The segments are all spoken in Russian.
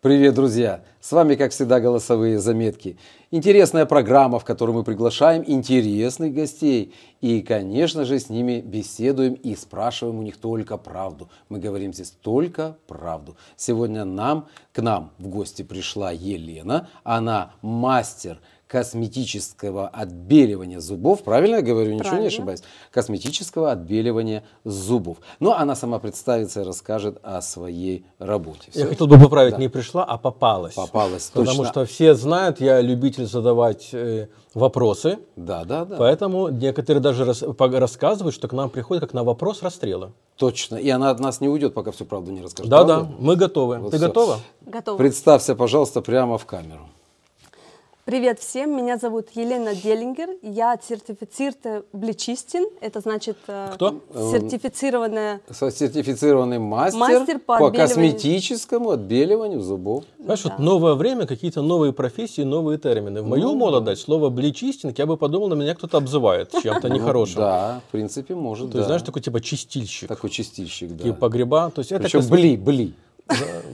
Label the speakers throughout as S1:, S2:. S1: Привет, друзья! С вами, как всегда, голосовые заметки. Интересная программа, в которой мы приглашаем интересных гостей. И, конечно же, с ними беседуем и спрашиваем у них только правду. Мы говорим здесь только правду. Сегодня нам, к нам в гости пришла Елена. Она мастер косметического отбеливания зубов. Правильно я говорю? Ничего не
S2: Правильно.
S1: ошибаюсь? Косметического отбеливания зубов. Но она сама представится и расскажет о своей работе.
S3: Я
S1: Всё.
S3: хотел бы поправить, не пришла, а попалась.
S1: Попалась,
S3: Потому
S1: точно.
S3: что все знают, я любитель задавать э, вопросы,
S1: Да, да, да.
S3: поэтому некоторые даже рас- по- рассказывают, что к нам приходят как на вопрос расстрела.
S1: Точно. И она от нас не уйдет, пока всю правду не расскажет.
S3: Да-да,
S1: Правда?
S3: мы готовы.
S1: Вот
S3: Ты
S1: всё.
S3: готова?
S2: Готово.
S1: Представься, пожалуйста, прямо в камеру.
S2: Привет всем, меня зовут Елена Делингер, я сертифицированный бличистин, это значит э,
S3: Кто?
S1: Эм.
S2: сертифицированная,
S1: Со- Сертифицированный мастер,
S2: Мастер по отбеливанию.
S1: косметическому отбеливанию зубов.
S3: Знаешь, вот новое время, какие-то новые профессии, новые термины. В
S1: Ну,
S3: мою молодость слово «бличистинг», я бы подумал, на меня кто-то обзывает чем-то нехорошим.
S1: Ну Да, в принципе, может,
S3: То
S1: да.
S3: есть, знаешь, такой типа чистильщик,
S1: Такой чистильщик, да.
S3: такие погреба. То есть это
S1: Причем
S3: кос-
S1: бли, бли.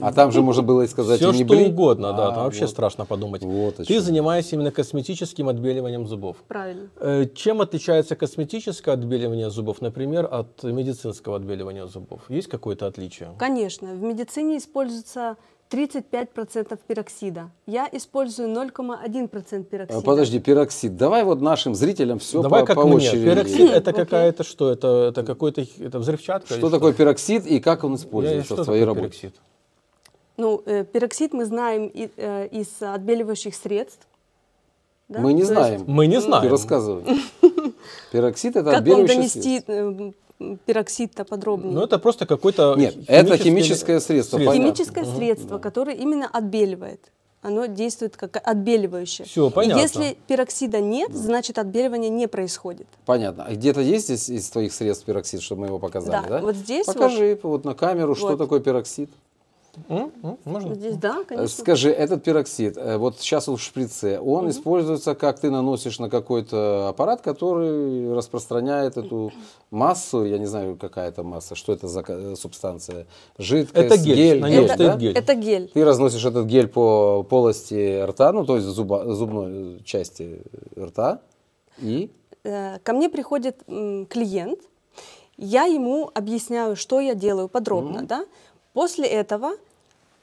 S1: А там же можно было и сказать
S3: все
S1: и не
S3: что
S1: бли.
S3: угодно, да,
S1: А,
S3: там вообще
S1: вот.
S3: страшно подумать.
S1: Вот о
S3: Ты
S1: чем.
S3: занимаешься именно косметическим отбеливанием зубов.
S2: правильно.
S3: Э, Чем отличается косметическое отбеливание зубов, например, от медицинского отбеливания зубов? Есть какое-то отличие?
S2: Конечно, в медицине используется 35% пироксида, я использую 0,1%
S1: Э,
S2: пироксида.
S1: Подожди, пироксид. Давай вот нашим зрителям все
S3: Давай
S1: по,
S3: как
S1: по
S3: мне.
S1: очереди.
S3: Пироксид это
S2: Окей.
S3: какая-то что? Это, это какой-то х- это взрывчатка? или
S1: Что такое пироксид и как он
S3: Я-
S1: используется
S3: что
S1: в своей
S3: такое
S1: работе?
S3: пироксид?
S2: Ну, э, пироксид мы знаем и- э, из отбеливающих средств. да?
S1: Мы не
S2: То есть
S1: знаем.
S3: Мы не
S1: Ты
S3: знаем.
S1: рассказывай. Пироксид Ну, это
S2: Как вам
S1: отбеливающее
S2: донести
S1: средство.
S2: э, м, пироксид-то подробнее?
S3: Ну это просто какой-то
S1: Нет,
S3: хи-
S1: это
S3: химический-
S1: химическое средство, понятно.
S2: Химическое средство, которое именно отбеливает. Оно действует как отбеливающее.
S3: Всё,
S2: И
S3: понятно.
S2: Если пироксида нет, значит отбеливание не происходит.
S1: Понятно. А где-то есть здесь из твоих средств пироксид, чтобы мы его показали, да?
S2: Да, вот здесь
S1: Покажи вот, на камеру, что
S2: Вот.
S1: такое пироксид.
S3: М? М? Можно?
S2: Здесь, да,
S1: Э,
S2: конечно.
S1: Скажи, этот пироксид, э, вот сейчас он в шприце, он используется, как ты наносишь на какой-то аппарат, который распространяет эту массу, я не знаю, какая это масса, что это за ка- э, субстанция, жидкость,
S3: Это гель, на нем
S1: гель,
S3: стоит
S1: да?
S3: гель.
S2: Это гель.
S1: Ты разносишь этот гель по полости рта, ну то есть зуба- зубной э, части рта, и
S2: Э, Ко мне приходит м, клиент, я ему объясняю, что я делаю подробно, да. После этого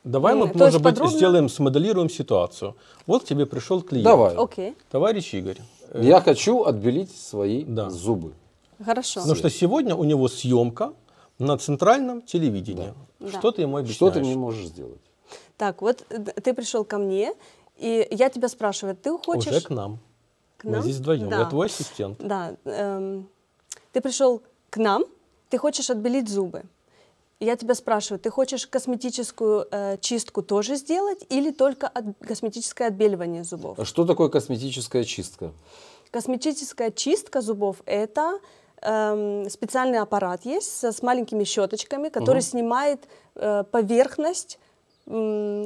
S3: Давай мы,
S2: М, то
S3: может
S2: есть
S3: быть,
S2: подробно?
S3: сделаем, смоделируем ситуацию. Вот к тебе пришел клиент.
S1: давай.
S2: Окей,
S3: Товарищ Игорь, э,
S1: Я хочу отбелить свои
S3: Да.
S1: зубы.
S2: хорошо.
S3: Потому Ну что сегодня у него съемка на центральном телевидении.
S2: Да.
S3: Что ты ему объясняешь?
S1: Что ты мне можешь сделать?
S2: Так, вот э, д- ты пришел ко мне, и я тебя спрашиваю, ты хочешь...
S3: Уже к нам.
S2: К
S3: Мы
S2: нам?
S3: здесь вдвоем.
S2: Да.
S3: Я твой ассистент.
S2: Да, эм, ты пришел к нам, ты хочешь отбелить зубы. Я тебя спрашиваю, ты хочешь косметическую э, чистку тоже сделать или только от- косметическое отбеливание зубов?
S1: А Что такое косметическая чистка?
S2: Косметическая чистка зубов – это эм, специальный аппарат есть со- с маленькими щеточками, который снимает э, поверхность м,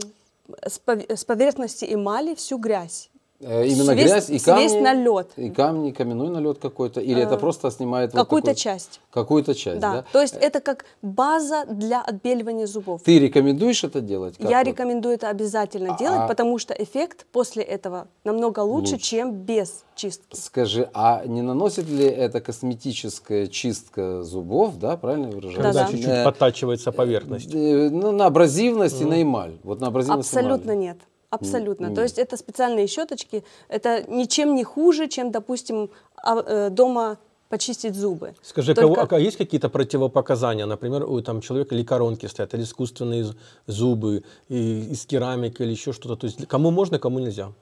S2: с, пов- с поверхности эмали всю грязь.
S1: Э, Именно
S2: Весь-
S1: грязь и
S2: весь
S1: камни.
S2: налет.
S1: И камни, каменной налет какой-то. Или это просто снимает вот
S2: Э, Какую-то
S1: такой-
S2: часть.
S1: Какую-то часть, да.
S2: Да. То есть это как база для отбеливания зубов.
S1: Ты рекомендуешь это делать? Как
S2: Я
S1: вот?
S2: рекомендую это обязательно
S1: А-
S2: делать, потому что эффект после этого намного лучше,
S1: Лучше.
S2: чем без чистки.
S1: Скажи, а не наносит ли это косметическая чистка зубов, да, правильно я выражаюсь?
S3: Когда
S2: Да-да.
S3: чуть-чуть
S1: Э,
S3: подтачивается поверхность.
S1: э, ну, на абразивность и на эмаль. Вот на абразивность и эмаль.
S2: Абсолютно нет. Абсолютно. То есть это специальные щеточки. Это ничем не хуже, чем, допустим, а, э, дома почистить зубы.
S3: Скажи,
S2: Только-
S3: кого- а есть какие-то противопоказания? Например, у там человека или коронки стоят, или искусственные з- зубы и- из керамики, или еще что-то. То есть кому можно, кому нельзя.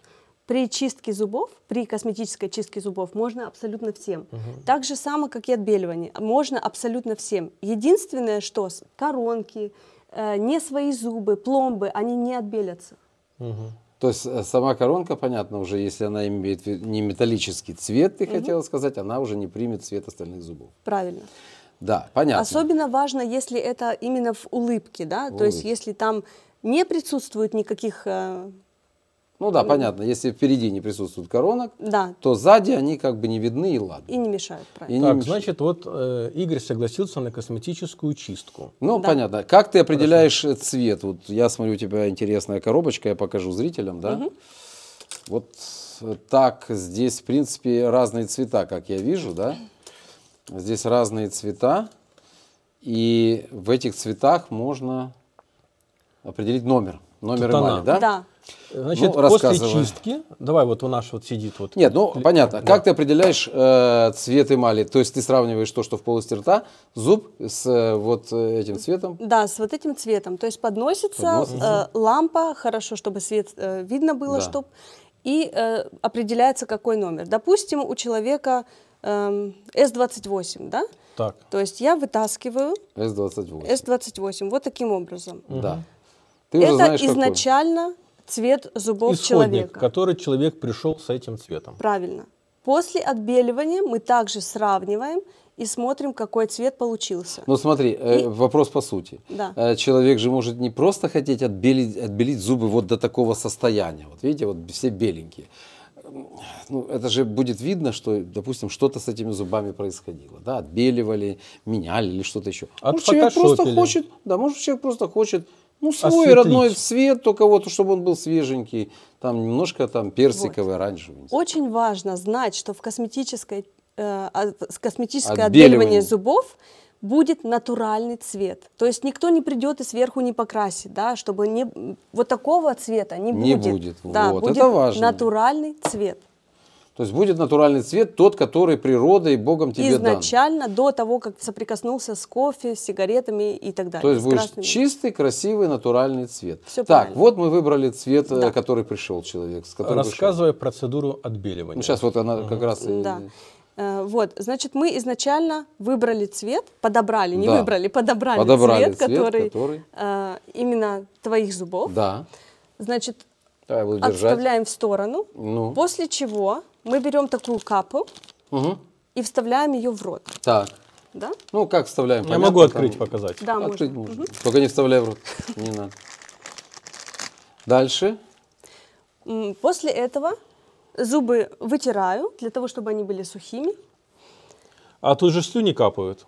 S2: При чистке зубов, при косметической чистке зубов можно абсолютно всем. Так же само, как и отбеливание. Можно абсолютно всем. Единственное, что с- коронки, э, не свои зубы, пломбы, они не отбелятся.
S1: То есть э, сама коронка, понятно, уже если она имеет в ви- не металлический цвет, ты хотела сказать, она уже не примет цвет остальных зубов.
S2: Правильно.
S1: Да, понятно.
S2: Особенно важно, если это именно в улыбке, да,
S1: В
S2: то есть
S1: улыбке.
S2: если там не присутствует никаких э,
S1: Ну, Ну да, понятно, если впереди не присутствует коронок,
S2: Да,
S1: то сзади они как бы не видны и ладно.
S2: и не мешают, правильно.
S1: И не
S3: Так,
S1: мешают.
S3: значит, вот э, Игорь согласился на косметическую чистку.
S1: Ну,
S2: Да.
S1: понятно. Как ты определяешь э, цвет? Вот я смотрю, у тебя интересная коробочка, я покажу зрителям, да? Вот э, так здесь, в принципе, разные цвета, как я вижу, да? Здесь разные цвета, и в этих цветах можно определить номер, номер
S3: Тона.
S1: эмали, да?
S2: Да.
S3: Значит, после
S1: Ну, рассказывай.
S3: чистки, давай вот у нас вот сидит вот.
S1: Нет, ну понятно. Как ты определяешь э, цвет эмали? То есть ты сравниваешь то, что в полости рта, зуб с э, вот э, этим цветом?
S2: Да, с вот этим цветом. То есть подносится,
S1: Подносится.
S2: э, лампа, хорошо, чтобы свет э, видно было,
S1: Да.
S2: чтоб, и э, определяется, какой номер. Допустим, у человека эм, S28, да?
S3: Так.
S2: То есть я вытаскиваю
S1: С28.
S2: S28 вот таким образом.
S1: Да. Ты
S2: Это
S1: уже знаешь, какой.
S2: изначально цвет зубов
S3: Исходник,
S2: человека.
S3: который человек пришел с этим цветом.
S2: Правильно. После отбеливания мы также сравниваем и смотрим, какой цвет получился.
S1: Ну смотри, э,
S2: И-
S1: вопрос по сути.
S2: Да.
S1: Э, человек же может не просто хотеть отбелить, отбелить зубы вот до такого состояния. Вот видите, вот все беленькие. М, Ну, это же будет видно, что, допустим, что-то с этими зубами происходило. Да, отбеливали, меняли или что-то еще. Может, человек просто
S3: Отфотошопили.
S1: хочет, да, может, человек просто хочет, ну, свой
S3: Осветлить.
S1: родной цвет, только вот, чтобы он был свеженький, там немножко там персиковый, оранжевый. не знаю.
S2: Очень важно знать, что в косметической, э, а- с- косметическое
S1: Отбеливание.
S2: отбеливание зубов будет натуральный цвет. То есть никто не придет и сверху не покрасит, да, чтобы не, вот такого цвета не
S1: Не
S2: будет.
S1: будет,
S2: Да,
S1: вот,
S2: будет
S1: это важно.
S2: натуральный цвет.
S1: То есть будет натуральный цвет, тот, который природой, Богом тебе дан.
S2: Изначально, до того, как соприкоснулся с кофе, с сигаретами и так далее.
S1: То есть
S2: с
S1: будешь
S2: красными.
S1: чистый, красивый, натуральный цвет.
S2: Всё
S1: так,
S2: правильно.
S1: вот мы выбрали цвет, э,
S2: Да.
S1: который пришел человек, с которым пришел.
S3: Рассказывая процедуру отбеливания.
S1: Ну, сейчас вот она как раз и...
S2: Да. Э, Вот, значит, мы изначально выбрали цвет, подобрали, не
S1: Да.
S2: выбрали, подобрали,
S1: Подобрали
S2: цвет,
S1: цвет,
S2: который,
S1: который-
S2: э, именно твоих зубов.
S1: Да.
S2: Значит,
S1: Давай я буду держать.
S2: отставляем в сторону.
S1: Ну.
S2: После чего мы берем такую капу
S1: Мгм.
S2: и вставляем ее в рот,
S1: Так.
S2: да?
S1: Ну, как вставляем?
S3: Я
S1: Понятно,
S3: могу
S1: там-
S3: открыть, показать.
S2: Да,
S1: Открыть
S2: можно.
S1: можно. Только не вставляй в рот. Не надо. Дальше.
S2: М, После этого зубы вытираю для того, чтобы они были сухими.
S3: А тут же слюни капают.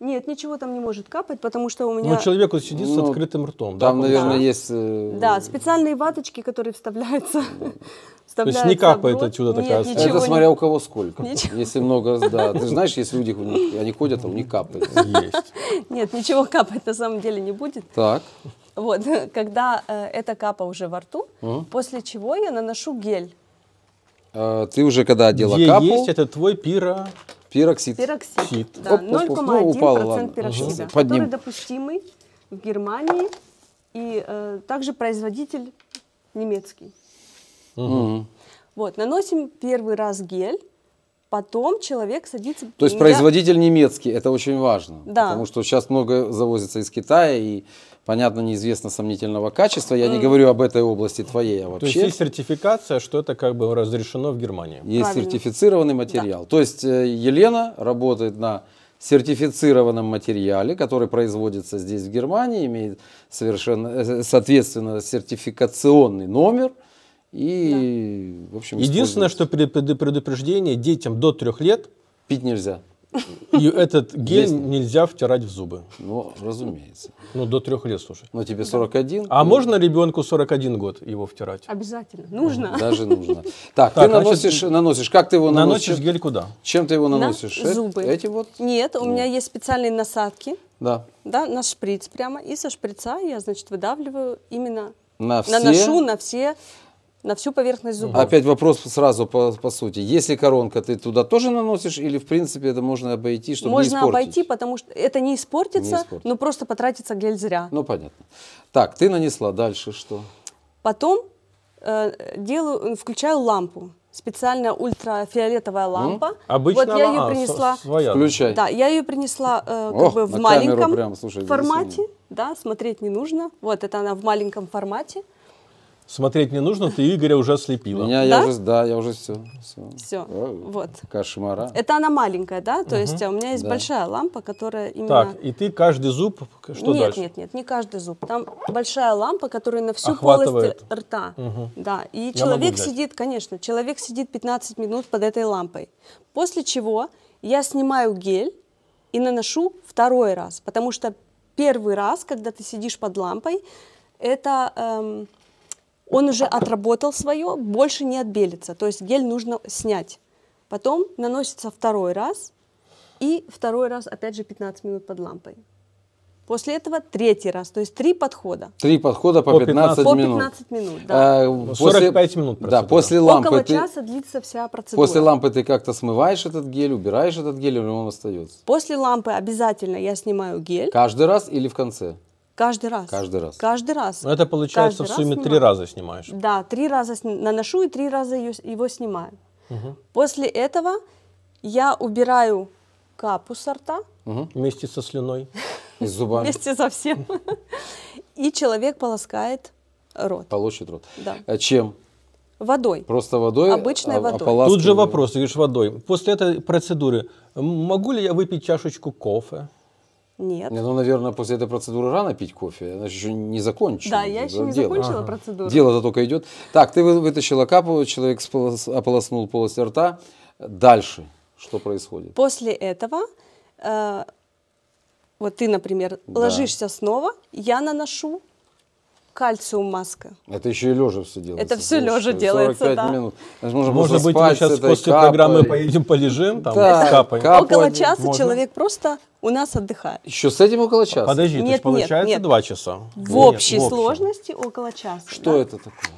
S2: Нет, ничего там не может капать, потому что у меня
S3: Ну, человек вот сидит с
S1: Ну,
S3: открытым ртом. да,
S1: Там, наверное,
S2: Да.
S3: получается?
S1: есть... э,
S2: Да, специальные ваточки, которые вставляются.
S3: не
S2: вставляются в
S3: капает
S2: рот.
S3: отсюда
S2: Нет,
S3: такая
S2: ничего
S3: Чего
S1: Это
S2: не-
S1: смотря у кого сколько.
S2: Ничего.
S1: Если много, да. Ты же знаешь, есть люди, у них- они ходят, а у них капает.
S3: Есть.
S2: Нет, ничего капать на самом деле не будет.
S1: Так.
S2: Вот, когда э, эта капа уже во рту, после чего я наношу гель,
S1: Э, Ты уже когда одела
S3: Где
S1: капу,
S3: есть, это твой пиро.
S1: пироксид.
S2: пироксид.
S3: Щит.
S2: Да,
S1: Оп, оп, оп. Ну,
S2: 0,1%
S1: упало, ладно.
S2: пироксида,
S1: Мгм. Подним.
S2: который допустимый в Германии и э, также производитель немецкий.
S1: Мгм.
S2: Вот, наносим первый раз гель, потом человек садится...
S1: То есть
S2: Ну, Я-
S1: производитель немецкий, это очень важно.
S2: Да.
S1: Потому что сейчас много завозится из Китая и, понятно, неизвестно сомнительного качества. Я не говорю об этой области твоей, а
S3: То
S1: вообще.
S3: есть есть сертификация, что это как бы разрешено в Германии.
S1: Есть
S2: Правильно.
S1: сертифицированный материал. То есть э, Елена работает на сертифицированном материале, который производится здесь в Германии, имеет совершенно, э, соответственно, сертификационный номер. И, в общем, используется.
S3: Единственное, что пред- пред- предупреждение детям до трех лет,
S1: пить нельзя.
S3: и этот гель
S1: Есть.
S3: нельзя втирать в зубы.
S1: Ну, разумеется.
S3: Ну, до трех лет, слушай.
S1: Но тебе ну, 41.
S3: А можно ребенку 41 год его втирать?
S2: А Обязательно, нужно.
S1: Даже нужно. Так, ты
S3: Так, значит,
S1: наносишь, наносишь. Как ты его наносишь?
S3: Наносишь гель куда?
S1: Чем ты его
S2: На
S1: наносишь? Э-
S2: зубы.
S1: Эти вот?
S2: Нет, у меня есть специальные насадки,
S1: Да.
S2: да, на шприц прямо, и со шприца я, значит, выдавливаю именно,
S1: На все?
S2: наношу на все, на всю поверхность зубов.
S1: Опять вопрос сразу по, по сути. Если коронка, ты туда тоже наносишь или в принципе это можно обойти, чтобы не
S2: Можно
S1: испортить?
S2: обойти, потому что это не испортится,
S1: Не испортится.
S2: но просто потратится гель зря.
S1: Ну понятно. Так, ты нанесла. Дальше что?
S2: Потом э, делаю, э, включаю лампу. Специальная ультрафиолетовая лампа.
S3: Обычно
S2: вот я ее
S3: а,
S2: принесла.
S3: с- своя.
S1: Включай.
S2: Да, я ее принесла э, как
S1: Ох,
S2: бы
S1: на
S2: в
S1: камеру
S2: маленьком
S1: прям, слушай,
S2: формате.
S1: занесено.
S2: Да, смотреть не нужно. Вот это она в маленьком формате.
S3: Смотреть не нужно, ты Игоря уже ослепила.
S1: Меня я
S2: Да?
S1: уже, да, я уже все. все.
S2: Все, вот.
S1: Кошмара.
S2: Это она маленькая, да? То есть а у меня есть
S1: Да.
S2: большая лампа, которая именно...
S3: Так, и ты каждый зуб, что
S2: нет,
S3: дальше?
S2: нет, нет, не каждый зуб. Там большая лампа, которая на всю
S3: Охватывает.
S2: полость рта. Да, и
S3: могу
S2: человек
S3: взять.
S2: сидит, конечно, человек сидит 15 минут под этой лампой. После чего я снимаю гель и наношу второй раз, потому что первый раз, когда ты сидишь под лампой, это эм, он уже отработал свое, больше не отбелится. То есть гель нужно снять. Потом наносится второй раз, и второй раз опять же 15 минут под лампой. После этого третий раз, то есть три подхода.
S1: Три подхода по
S3: По
S1: 15,
S3: 15
S2: По
S1: минут.
S2: 15 минут, да.
S1: А, после-
S3: 45 минут
S1: Да,
S3: процедура.
S1: после лампы
S2: Около
S1: ты,
S2: часа длится вся процедура.
S1: после лампы ты как-то смываешь этот гель, убираешь этот гель, или он остается.
S2: После лампы обязательно я снимаю гель.
S1: Каждый раз или в конце?
S2: Каждый раз.
S1: Каждый раз.
S2: Каждый раз.
S3: Ну, это получается
S2: Каждый
S3: в сумме
S2: раз
S3: три
S2: снимаю.
S3: раза снимаешь.
S2: Да, три раза сни- наношу и три раза её с- его снимаю. После этого я убираю капу со рта
S3: Вместе со слюной.
S1: И с зубами.
S2: вместе со всем. И человек полоскает рот.
S1: Полощет рот.
S2: Да.
S1: А чем?
S2: Водой.
S1: Просто водой? а,
S2: Обычной водой.
S1: ополаскиваю?
S3: Тут же вопрос, ты говоришь, водой. После этой процедуры м, могу ли я выпить чашечку кофе?
S2: Нет.
S1: Не, ну, наверное, после этой процедуры рано пить кофе. Она же еще не закончена.
S2: Да, я еще не
S1: Дело. А.
S2: закончила процедуру.
S1: Дело-то только идет. Так, ты вы- вытащила капу, человек сполос- ополоснул полость рта. Дальше что происходит?
S2: После этого, э, вот ты, например,
S1: Да.
S2: ложишься снова, я наношу кальциум маска.
S1: Это еще и лежа все делается.
S2: Это всё
S1: слушай,
S2: лежа делается,
S1: 45
S2: да.
S1: минут. Это ж можно
S3: Может
S1: просто
S3: быть, мы
S1: спать с
S3: сейчас
S1: этой
S3: после
S1: капой.
S3: программы поедем полежим, там,
S1: Да,
S3: капаем.
S1: кап- Капу
S2: Около
S1: одни-
S2: часа
S3: можно.
S2: человек просто у нас отдыхает.
S1: Еще с этим около часа.
S3: Подожди, то
S2: Нет,
S3: есть
S2: нет,
S3: получается
S2: нет.
S3: два часа.
S2: В
S3: Нет,
S2: общей
S3: в
S2: сложности около часа.
S1: Что
S2: да.
S1: это такое?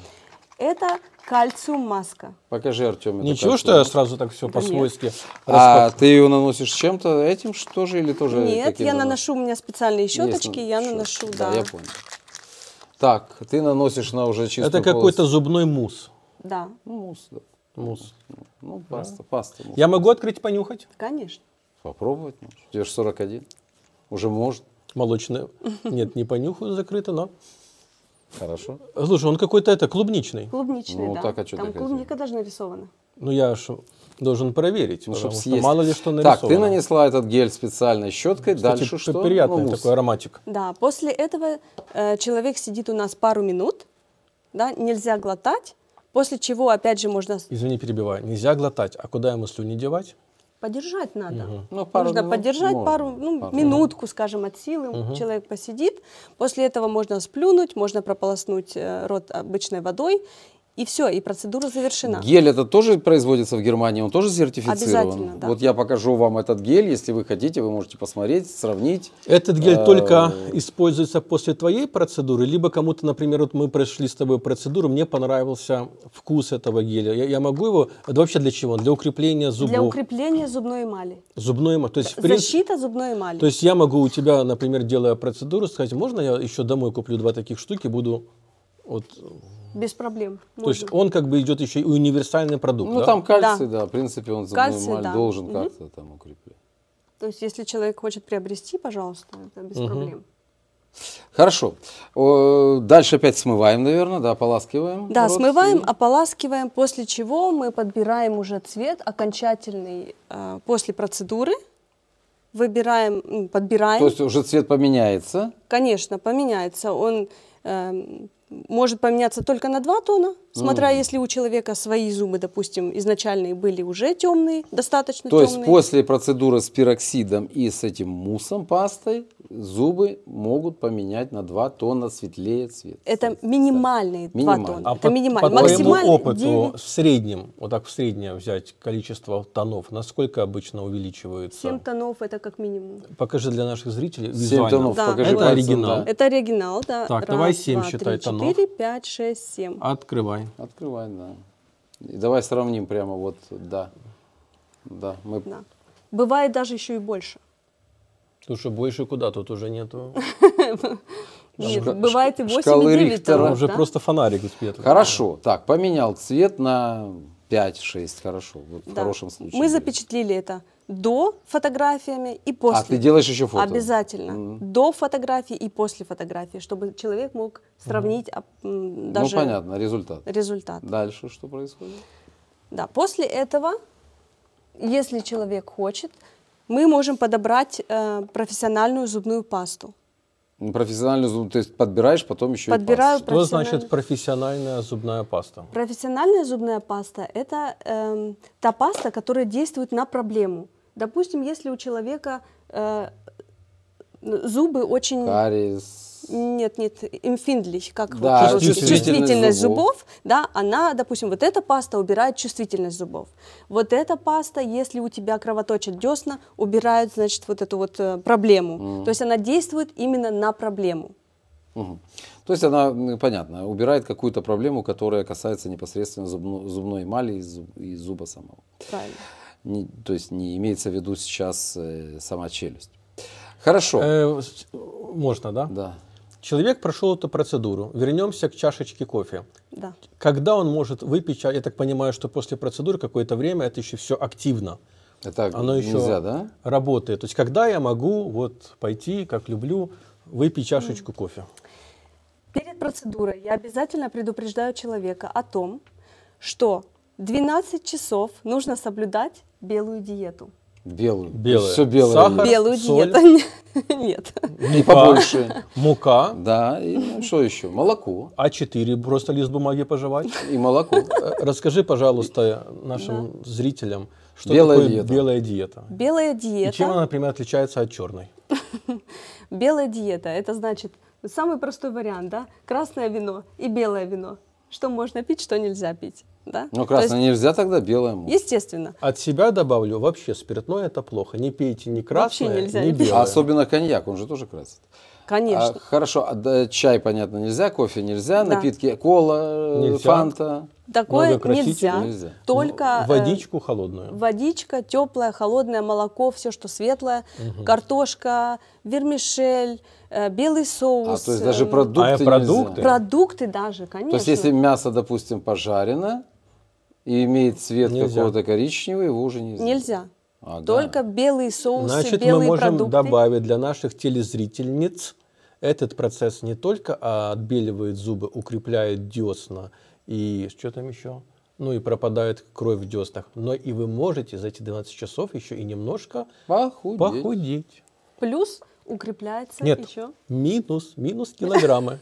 S2: Это кальциум маска.
S1: Покажи, Артем.
S3: Ничего, что я сразу так все по-свойски
S1: А ты ее наносишь чем-то этим что же или тоже?
S2: Нет,
S1: каким-то
S2: я
S1: наносишь?
S2: наношу, у меня специальные
S1: Есть
S2: щеточки,
S1: на-
S2: я
S1: щетки.
S2: наношу,
S1: Да, я понял. Так, ты наносишь на уже чистую
S3: Это какой-то зубной мус.
S2: Да,
S1: полость. Ну, мусс, да.
S3: мус.
S1: Ну, паста, паста. мусс.
S3: Я могу открыть, понюхать?
S2: конечно.
S1: Попробовать можешь. Тебе же 41. Уже может.
S3: Молочное. Нет, не понюхаю, закрыто, но...
S1: Хорошо.
S3: Слушай, он какой-то это клубничный.
S2: Клубничный,
S1: Ну,
S2: да.
S1: так, а чё ты
S2: Там
S1: хотела?
S2: клубника даже нарисована.
S3: Ну, я аж должен проверить,
S1: Ну, чтобы
S3: потому что
S1: съесть.
S3: мало ли что нарисовано.
S1: Так, ты нанесла этот гель специальной щеткой.
S3: Кстати,
S1: Дальше что?
S3: Приятный
S1: Ну, мусс.
S3: такой ароматик.
S2: Да, после этого э, человек сидит у нас пару минут, да, нельзя глотать, после чего, опять же, можно с-
S3: Извини, перебиваю. Нельзя глотать. А куда ему слюни девать?
S2: подержать надо.
S1: Ну, пару
S2: можно
S1: минут
S2: подержать
S1: можно,
S2: пару, ну,
S1: пару
S2: минутку, скажем, от силы человек посидит. После этого можно сплюнуть, можно прополоснуть э, рот обычной водой, и все, и процедура завершена.
S1: Гель это тоже производится в Германии, он тоже сертифицирован.
S2: Обязательно, да.
S1: Вот я покажу вам этот гель, если вы хотите, вы можете посмотреть, сравнить.
S3: Этот гель
S1: Э,
S3: только используется после твоей процедуры, либо кому-то, например, вот мы прошли с тобой процедуру, мне понравился вкус этого геля. Я, я могу его... Это вообще для чего? он? Для укрепления зубов.
S2: Для укрепления зубной эмали.
S3: Зубной ма- То есть, в принципе,
S2: Защита зубной эмали.
S3: То есть я могу у тебя, например, делая процедуру, сказать, можно я еще домой куплю два таких штуки, буду... Вот,
S2: Без проблем.
S3: то есть
S2: можно.
S3: он как бы идет еще и универсальный продукт,
S1: Ну,
S3: да?
S1: там кальций, да. в принципе, он зубную
S2: Кальций,
S1: эмаль
S2: да.
S1: должен
S2: Мгм.
S1: как-то там укреплять.
S2: То есть, если человек хочет приобрести, пожалуйста, это без проблем.
S1: Хорошо. О, Дальше опять смываем, наверное, да, ополаскиваем.
S2: Да,
S1: рот.
S2: смываем,
S1: И-
S2: ополаскиваем, после чего мы подбираем уже цвет окончательный э, после процедуры. Выбираем, м, подбираем.
S1: То есть уже цвет поменяется.
S2: Конечно, поменяется. Он эм, может поменяться только на два тона, смотря если у человека свои зубы, допустим, изначальные были уже темные, достаточно
S1: То
S2: темные.
S1: есть после процедуры с пироксидом и с этим муссом, пастой, зубы могут поменять на 2 тона светлее цвет.
S2: Это минимальные два
S1: Минимально.
S2: тона.
S1: А
S2: это минимально.
S3: по твоему
S2: Максимально
S3: опыту
S2: 9,
S3: в среднем, вот так в среднем взять количество тонов, насколько обычно увеличивается?
S2: 7 тонов это как минимум.
S3: Покажи для наших зрителей
S1: Семь
S3: визуально.
S1: тонов,
S2: Да.
S1: покажи
S3: Это
S1: пальцем,
S3: оригинал.
S1: да.
S2: Это оригинал, да.
S3: Так,
S2: Раз,
S3: давай семь
S2: два,
S3: считай
S2: три,
S3: тонов.
S2: Четыре, пять, шесть, семь.
S3: Открывай.
S1: Открывай, да. И давай сравним прямо вот, да. Да, мы...
S2: Да. Бывает даже еще и больше.
S3: Тут что, больше куда? Тут уже нету.
S2: Нет,
S1: шка-
S2: бывает и
S1: шка-
S2: 8,
S1: шкалы
S2: и 9
S1: Рихтера.
S2: тонов,
S3: Уже
S2: да?
S3: просто фонарик успеет.
S1: Хорошо, так, поменял цвет на 5-6, хорошо, вот в
S2: Да.
S1: хорошем случае.
S2: Мы запечатлели это до фотографиями и после.
S1: А, ты делаешь еще фото?
S2: Обязательно. До фотографии и после фотографии, чтобы человек мог сравнить а, м, даже
S1: Ну, понятно, результат.
S2: результат.
S1: Дальше что происходит?
S2: Да, после этого, если человек хочет, мы можем подобрать э, профессиональную зубную пасту.
S1: Ну, Профессиональную зуб, то есть подбираешь, потом еще
S2: Подбираю
S1: и пасс.
S3: Что значит профессиональная зубная паста?
S2: Профессиональная зубная паста – это эм, та паста, которая действует на проблему. Допустим, если у человека э, н- зубы очень…
S1: Кариес.
S2: Нет, нет, empfindlich, как вот
S1: Да,
S2: по-русски?
S3: чувствительность
S2: чувствительность
S1: зубов.
S2: зубов. да, она, допустим, вот эта паста убирает чувствительность зубов. Вот эта паста, если у тебя кровоточат десна, убирает, значит, вот эту вот э, проблему. То есть она действует именно на проблему.
S1: Мгм. То есть она, м, понятно, убирает какую-то проблему, которая касается непосредственно зубно- зубной эмали и, зуб- и зуба самого.
S2: Правильно.
S1: Не- то есть не имеется в виду сейчас э, сама челюсть. Хорошо.
S3: Э, с- можно, да?
S1: Да.
S3: Человек прошел эту процедуру. Вернемся к чашечке кофе.
S2: Да.
S3: Когда он может выпить чай? Я так понимаю, что после процедуры какое-то время это еще все активно
S1: Это
S3: Оно еще-
S1: нельзя, да?
S3: работает. То есть когда я могу вот пойти, как люблю, выпить чашечку кофе?
S2: Перед процедурой я обязательно предупреждаю человека о том, что 12 часов нужно соблюдать белую диету.
S1: Белую.
S3: Белое.
S1: Все белое.
S3: Сахар.
S1: есть.
S2: Белую
S3: соль.
S2: диету нет.
S1: И побольше.
S3: Мука,
S1: Да, и ну, что еще? Молоко.
S3: А4, просто лист бумаги пожевать.
S1: И молоко.
S3: Э, Расскажи, пожалуйста, нашим зрителям, что
S1: Белая
S3: такое
S1: диета.
S3: белая диета.
S2: Белая
S3: И
S2: диета.
S3: чем она, например, отличается от черной?
S2: Белая диета, это значит самый простой вариант, да? Красное вино и белое вино. Что можно пить, что нельзя пить, да?
S1: Ну,
S2: То есть,
S1: красное нельзя тогда, белое можно.
S2: естественно.
S3: От себя добавлю, вообще спиртное это плохо. Не пейте ни красное,
S2: нельзя
S3: ни
S2: не пить.
S3: белое.
S1: А особенно коньяк, он же тоже красит.
S2: Конечно.
S1: А, хорошо, а, да, чай, понятно, нельзя, кофе нельзя,
S2: Да.
S1: напитки кола, э,
S3: Нельзя.
S1: фанта.
S2: Такое
S3: много красителей
S2: нельзя.
S1: нельзя. Ну,
S2: Только э,
S3: Ну, Водичку холодную.
S2: водичка, теплое, холодное молоко, все, что светлое, картошка, вермишель, э, белый
S1: А,
S2: соус.
S1: то есть даже
S2: эм,
S1: продукты
S3: А,
S1: нельзя.
S3: продукты?
S2: Продукты даже,
S1: То
S2: конечно.
S1: есть если мясо, допустим, пожарено и имеет цвет
S3: Нельзя.
S1: какого-то коричневого, его уже нельзя.
S2: Нельзя.
S1: Ага.
S2: Только белые соусы,
S3: Значит, мы
S2: белые
S3: можем
S2: продукты.
S3: добавить для наших телезрительниц этот процесс не только отбеливает зубы, укрепляет десна и что там еще? Ну и пропадает кровь в деснах. Но и вы можете за эти 12 часов еще и немножко
S1: Похудеть.
S3: похудеть.
S2: Плюс укрепляется
S3: Нет,
S2: еще.
S3: минус, минус килограммы.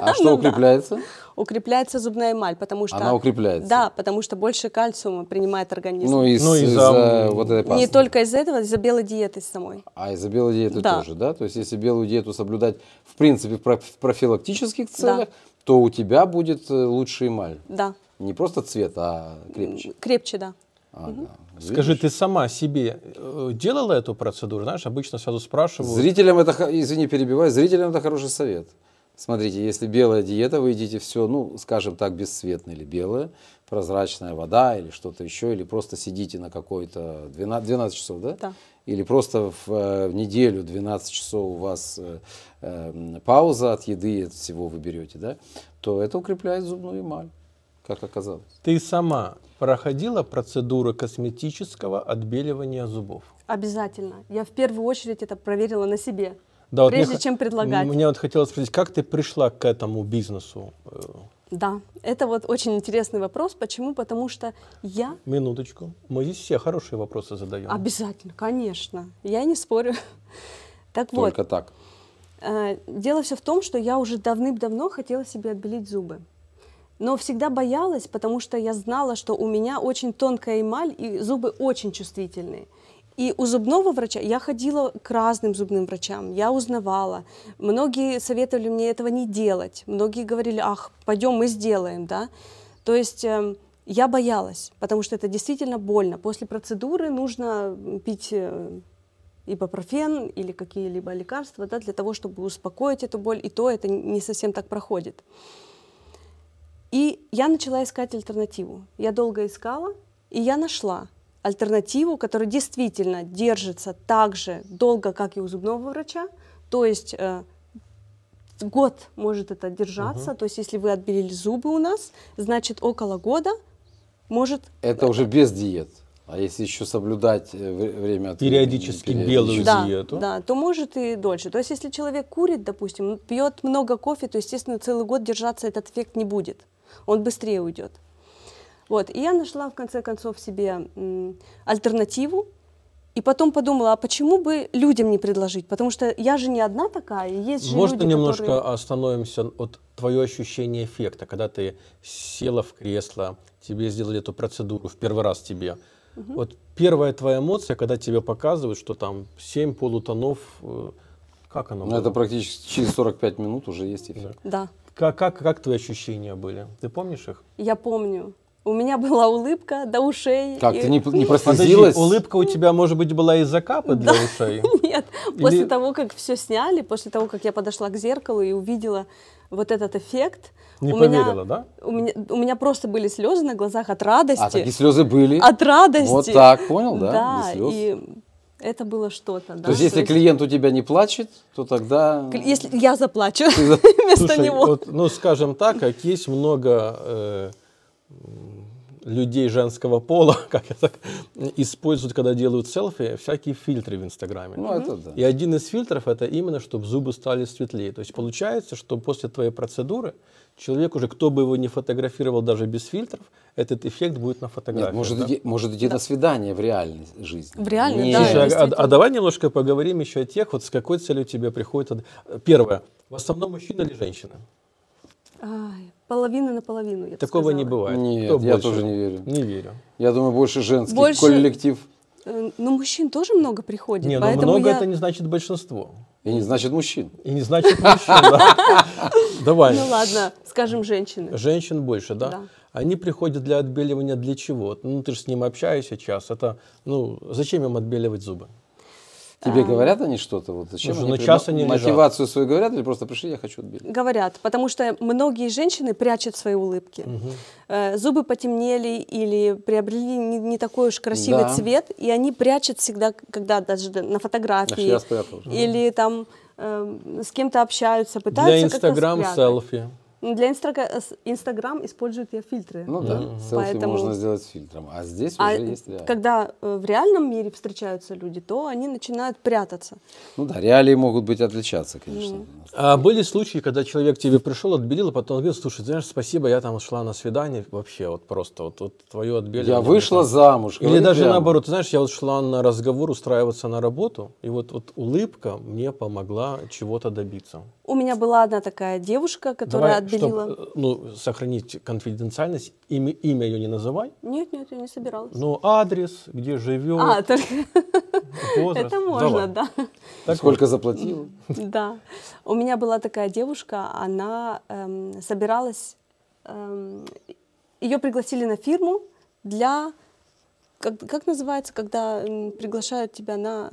S1: А
S2: Ну
S1: что укрепляется?
S2: Укрепляется зубная эмаль, потому что...
S1: Она укрепляется?
S2: Да, потому что больше кальциума принимает организм.
S1: Ну, из,
S3: Ну, из-за,
S1: из-за
S3: м,
S1: вот этой
S2: Не
S1: пасты.
S2: только из-за этого, из-за белой диеты самой.
S1: А из-за белой диеты
S2: Да.
S1: тоже, да? То есть, если белую диету соблюдать, в принципе, в проф- в профилактических целях, то у тебя будет э, лучше эмаль.
S2: Да,
S1: Не просто цвет, а крепче.
S2: крепче, да.
S1: Ага.
S3: Скажи, ты сама себе э, делала эту процедуру? Знаешь, обычно сразу спрашивают.
S1: Зрителям это, хо- извини, перебиваю, зрителям это хороший совет. Смотрите, если белая диета, вы едите все, ну, скажем так, бесцветное или белое, прозрачная вода или что-то еще, или просто сидите на какой-то 12, 12 часов, да?
S2: Да.
S1: Или просто в, э, в неделю 12 часов у вас э, э, пауза от еды, и от всего вы берете, да? То это укрепляет зубную эмаль, как оказалось.
S3: Ты сама проходила процедуру косметического отбеливания зубов?
S2: Обязательно. Я в первую очередь это проверила на себе.
S3: Да, вот мне
S2: прежде
S3: хо-
S2: чем предлагать.
S3: Мне вот хотелось спросить, как ты пришла к этому бизнесу? Э,
S2: Да, это вот очень интересный вопрос. Почему? Потому что я
S3: Минуточку. Мы здесь все хорошие вопросы задаем.
S2: обязательно, конечно, я не спорю. Так вот,
S1: Только так.
S2: Э, Дело все в том, что я уже давным-давно хотела себе отбелить зубы. Но всегда боялась, потому что я знала, что у меня очень тонкая эмаль и зубы очень чувствительные. И у зубного врача я ходила к разным зубным врачам, я узнавала. Многие советовали мне этого не делать, многие говорили, ах, пойдем мы сделаем, да. То есть эм, я боялась, потому что это действительно больно. После процедуры нужно м, пить э, ибупрофен или какие-либо лекарства, да, для того, чтобы успокоить эту боль, и то это не совсем так проходит. И я начала искать альтернативу. Я долго искала, и я нашла альтернативу, которая действительно держится так же долго, как и у зубного врача, то есть э, год может это держаться, то есть если вы отбелили зубы у нас, значит около года может
S1: Это уже без диет. А если еще соблюдать э, вре- время от времени,
S3: Периодически белую
S1: периодически.
S2: Да,
S3: диету.
S2: да, то может и дольше. То есть, если человек курит, допустим, м, пьет много кофе, то, естественно, целый год держаться этот эффект не будет. Он быстрее уйдет. Вот, и я нашла, в конце концов, себе м, альтернативу. И потом подумала, а почему бы людям не предложить? Потому что я же не одна такая, есть же
S3: Можно
S2: люди,
S3: немножко
S2: которые-
S3: остановимся от твое ощущение эффекта, когда ты села в кресло, тебе сделали эту процедуру в первый раз тебе. Вот первая твоя эмоция, когда тебе показывают, что там 7 полутонов, э, как оно
S1: Ну,
S3: было?
S1: это практически через 45 минут уже есть эффект.
S2: Да,
S3: Как, как, как твои ощущения были? Ты помнишь их?
S2: я помню. У меня была улыбка до ушей.
S1: Как,
S2: и-
S1: ты не, не
S3: Подожди,
S1: прослезилась?
S3: улыбка у тебя, может быть, была из-за капы для ушей?
S2: Нет, после
S3: Или-
S2: того, как все сняли, после того, как я подошла к зеркалу и увидела вот этот эффект,
S3: Не
S2: у
S3: поверила,
S2: меня,
S3: да?
S2: У меня, у меня просто были слезы на глазах от радости.
S1: А, такие слезы были.
S2: От радости.
S1: Вот так, понял,
S3: ну
S1: да?
S2: Да,
S1: без слез.
S2: и это было что-то. Да?
S1: То есть, если клиент у тебя не плачет, то тогда...
S2: кли- если я заплачу
S1: Ты за-
S2: вместо
S3: Слушай,
S2: него.
S3: вот, ну, скажем так, как есть много э, м, людей женского пола, как я так, используют, когда делают селфи, всякие фильтры в Инстаграме.
S1: Ну, это да.
S3: И один из фильтров это именно, чтобы зубы стали светлее. То есть получается, что после твоей процедуры человек уже, кто бы его ни фотографировал даже без фильтров, этот эффект будет на фотографии.
S1: Нет, может, идти, может идти на свидание в реальной жизни.
S2: В реальной,
S1: Не-
S2: да,
S3: Слушай, а- а,
S2: действительно.
S3: а давай немножко поговорим еще о тех, вот с какой целью тебе приходит. Первое. В основном мужчина или женщина?
S2: Ай, половина на половину. я бы
S3: Такого не
S2: сказала.
S3: бывает.
S1: Нет,
S3: Кто
S1: я
S3: больше?
S1: тоже не верю.
S3: Не верю.
S1: Я думаю, больше женский
S2: Больше-
S1: коллектив.
S2: Э, Но мужчин тоже много приходит.
S3: Не, ну
S2: поэтому
S3: много
S2: я-
S3: это не значит большинство.
S1: И не значит мужчин.
S3: И не значит мужчина. Давай.
S2: Ну ладно, скажем, женщины.
S3: Женщин больше, да?
S2: Да.
S3: Они приходят для отбеливания для чего? Ну, ты же с ним общаешься сейчас. Это, ну, зачем им отбеливать зубы?
S2: А.
S1: Тебе говорят они что-то? Вот, зачем
S3: Слушай,
S1: они
S3: ну,
S1: при-
S3: час они лежат.
S1: Мотивацию свою говорят или просто пришли, я хочу отбить?
S2: Говорят, потому что многие женщины прячут свои улыбки. Э, Зубы потемнели или приобрели не, не такой уж красивый
S1: Да.
S2: цвет, и они прячут всегда, когда даже д- на
S1: Аж
S2: фотографии
S1: я спрятал.
S2: или там э, с кем-то общаются,
S3: Для
S2: пытаются как-то
S3: Инстаграм
S2: спрятать.
S3: селфи.
S2: Ну, Для инстага- с- Инстаграм используют я фильтры.
S1: Ну да, селфи
S2: Поэтому-
S1: можно сделать с фильтром. А здесь
S2: а
S1: уже есть реалии.
S2: когда э, в реальном мире встречаются люди, то они начинают прятаться.
S1: Ну да, реалии могут быть отличаться,
S2: Ну.
S1: конечно.
S3: А были случаи, когда человек к тебе пришел, отбелил, а потом говорил, слушай, знаешь, спасибо, я там шла на свидание, вообще вот просто, вот, вот твое отбеливание.
S1: Я
S3: мне
S1: вышла
S3: там-
S1: замуж.
S3: Или
S1: говорю
S3: даже
S1: прямо.
S3: наоборот, ты знаешь, я вот шла на разговор устраиваться на работу, и вот, вот улыбка мне помогла чего-то добиться.
S2: У меня была одна такая девушка, которая
S3: Давай, чтоб,
S2: отбелила.
S3: э, ну, сохранить конфиденциальность, имя, имя ее не называй,
S2: Нет, нет, я не собиралась.
S3: но адрес, где живет,
S2: А, только
S3: возраст.
S2: это можно,
S3: Давай.
S2: да.
S3: Так
S1: Сколько заплатила?
S2: Ну. Да. У меня была такая девушка, она эм, собиралась, эм, ее пригласили на фирму для, как, как называется, когда м, приглашают тебя на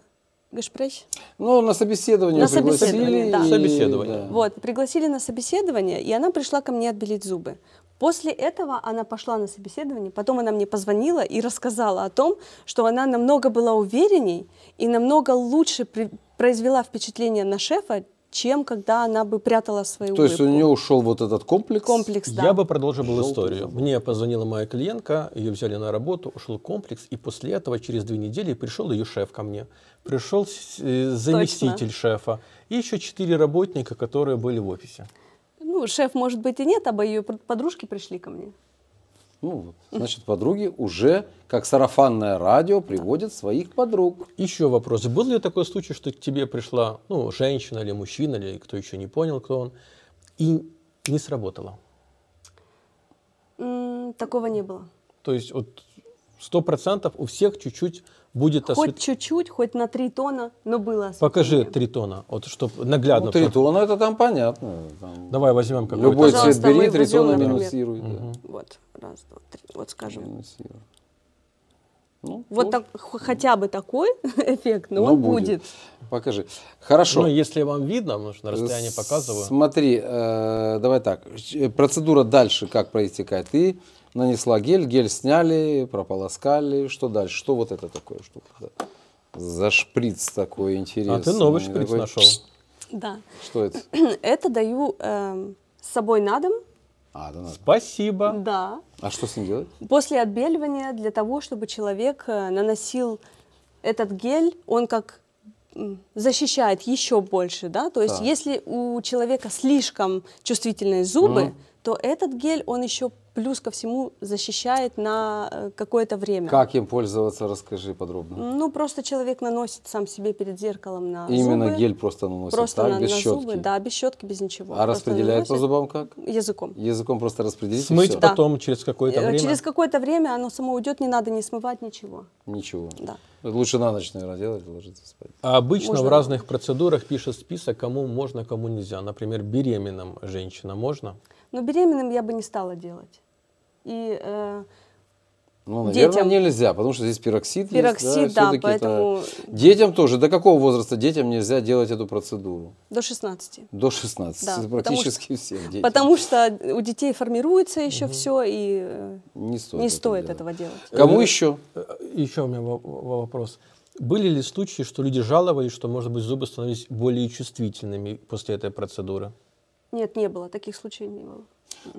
S2: гешпрейс?
S1: Ну, на собеседование
S2: На
S1: пригласили.
S2: собеседование, да.
S1: и-
S3: Собеседование.
S1: да.
S2: Вот, пригласили на собеседование, и она пришла ко мне отбелить зубы. После этого она пошла на собеседование, потом она мне позвонила и рассказала о том, что она намного была уверенней и намного лучше при- произвела впечатление на шефа, чем когда она бы прятала свою
S1: То есть у
S2: улыбку.
S1: нее ушел вот этот комплекс.
S2: комплекс, да.
S3: Я бы продолжил был
S1: Желтый
S3: историю. Мне позвонила моя клиентка, ее взяли на работу, ушел комплекс, и после этого через две недели пришел ее шеф ко мне. Пришел с- э, заместитель шефа и еще четыре работника, которые были в офисе.
S2: Ну, шеф, может быть, и нет, а бы ее подружки пришли ко мне.
S1: Ну, вот. значит, подруги уже, как сарафанное радио, приводят своих подруг.
S3: Еще вопрос. Был ли такой случай, что к тебе пришла ну, женщина или мужчина, или кто еще не понял, кто он, и не сработало?
S2: М, такого не было.
S3: То есть вот сто процентов у всех чуть-чуть будет
S2: Хоть
S3: освет...
S2: чуть-чуть, хоть на три тона, но было осветление.
S3: Покажи три тона, вот чтобы наглядно.
S1: Ну, тритона это там понятно. там
S3: Давай возьмем какой-то.
S1: любой
S2: Пожалуйста,
S1: цвет бери,
S2: мы возьмем,
S1: тритона
S2: например.
S1: минусирует. да.
S2: Вот, раз, два, три, вот скажем.
S1: Минусирует. Ну,
S2: Вот
S1: тоже.
S2: так, х- хотя бы такой эффект, но
S1: Ну,
S2: он будет.
S1: Покажи. Хорошо.
S3: Ну, если вам видно, потому что на расстоянии
S1: С-
S3: показываю.
S1: Смотри, э, давай так. Ч- Процедура дальше как проистекает? Ты нанесла гель, гель сняли, прополоскали. Что дальше? Что вот это такое? Что это за шприц такой интересный?
S3: А ты новый шприц
S1: Такой-
S3: нашел.
S2: Да.
S1: Что это?
S2: Это даю эм, с собой на дом.
S1: А, да, надо.
S3: Спасибо.
S2: Да.
S1: А что с ним делать?
S2: После отбеливания для того, чтобы человек э, наносил этот гель, он как м, защищает еще больше, да, то есть
S1: Так.
S2: если у человека слишком чувствительные зубы,
S1: Мгм.
S2: то этот гель, он еще плюс ко всему защищает на э, какое-то время.
S1: Как им пользоваться, расскажи подробно.
S2: Ну, просто человек наносит сам себе перед зеркалом на
S1: Именно
S2: Ну, зубы.
S1: гель просто наносит,
S2: Просто
S1: так,
S2: на,
S1: без
S2: на
S1: щетки.
S2: зубы, да, без щетки, без ничего.
S1: А
S2: Просто
S1: распределяет по
S2: наносит
S1: зубам как?
S2: Языком.
S1: Языком просто распределить и
S3: Смыть
S1: всё?
S2: Да.
S3: потом через какое-то
S2: Э,
S3: время.
S2: Через какое-то время оно само уйдет, не надо не смывать ничего.
S1: Ничего.
S2: Да.
S1: Лучше на ночь, наверное, делать и ложиться спать.
S3: А обычно
S2: Можно
S3: в разных процедурах пишет список, кому можно, кому нельзя. Например, беременным женщинам можно.
S2: Но беременным я бы не стала делать. И э,
S1: Ну, наверное,
S2: Детям.
S1: нельзя, потому что здесь пироксид,
S2: Пироксид,
S1: есть.
S2: да,
S1: всё-таки это-
S2: поэтому-
S1: Детям тоже. До какого возраста детям нельзя делать эту процедуру?
S2: до 16.
S1: До 16.
S2: Да, потому
S1: Практически всем детям.
S2: Потому что у детей формируется еще все, и э,
S1: Не стоит,
S2: не
S1: это
S2: стоит
S1: делать.
S2: этого делать.
S1: Кому
S3: Э,
S1: еще?
S3: Еще у меня во- во- вопрос. Были ли случаи, что люди жаловались, что, может быть, зубы становились более чувствительными после этой процедуры?
S2: Нет, не было, таких случаев не было.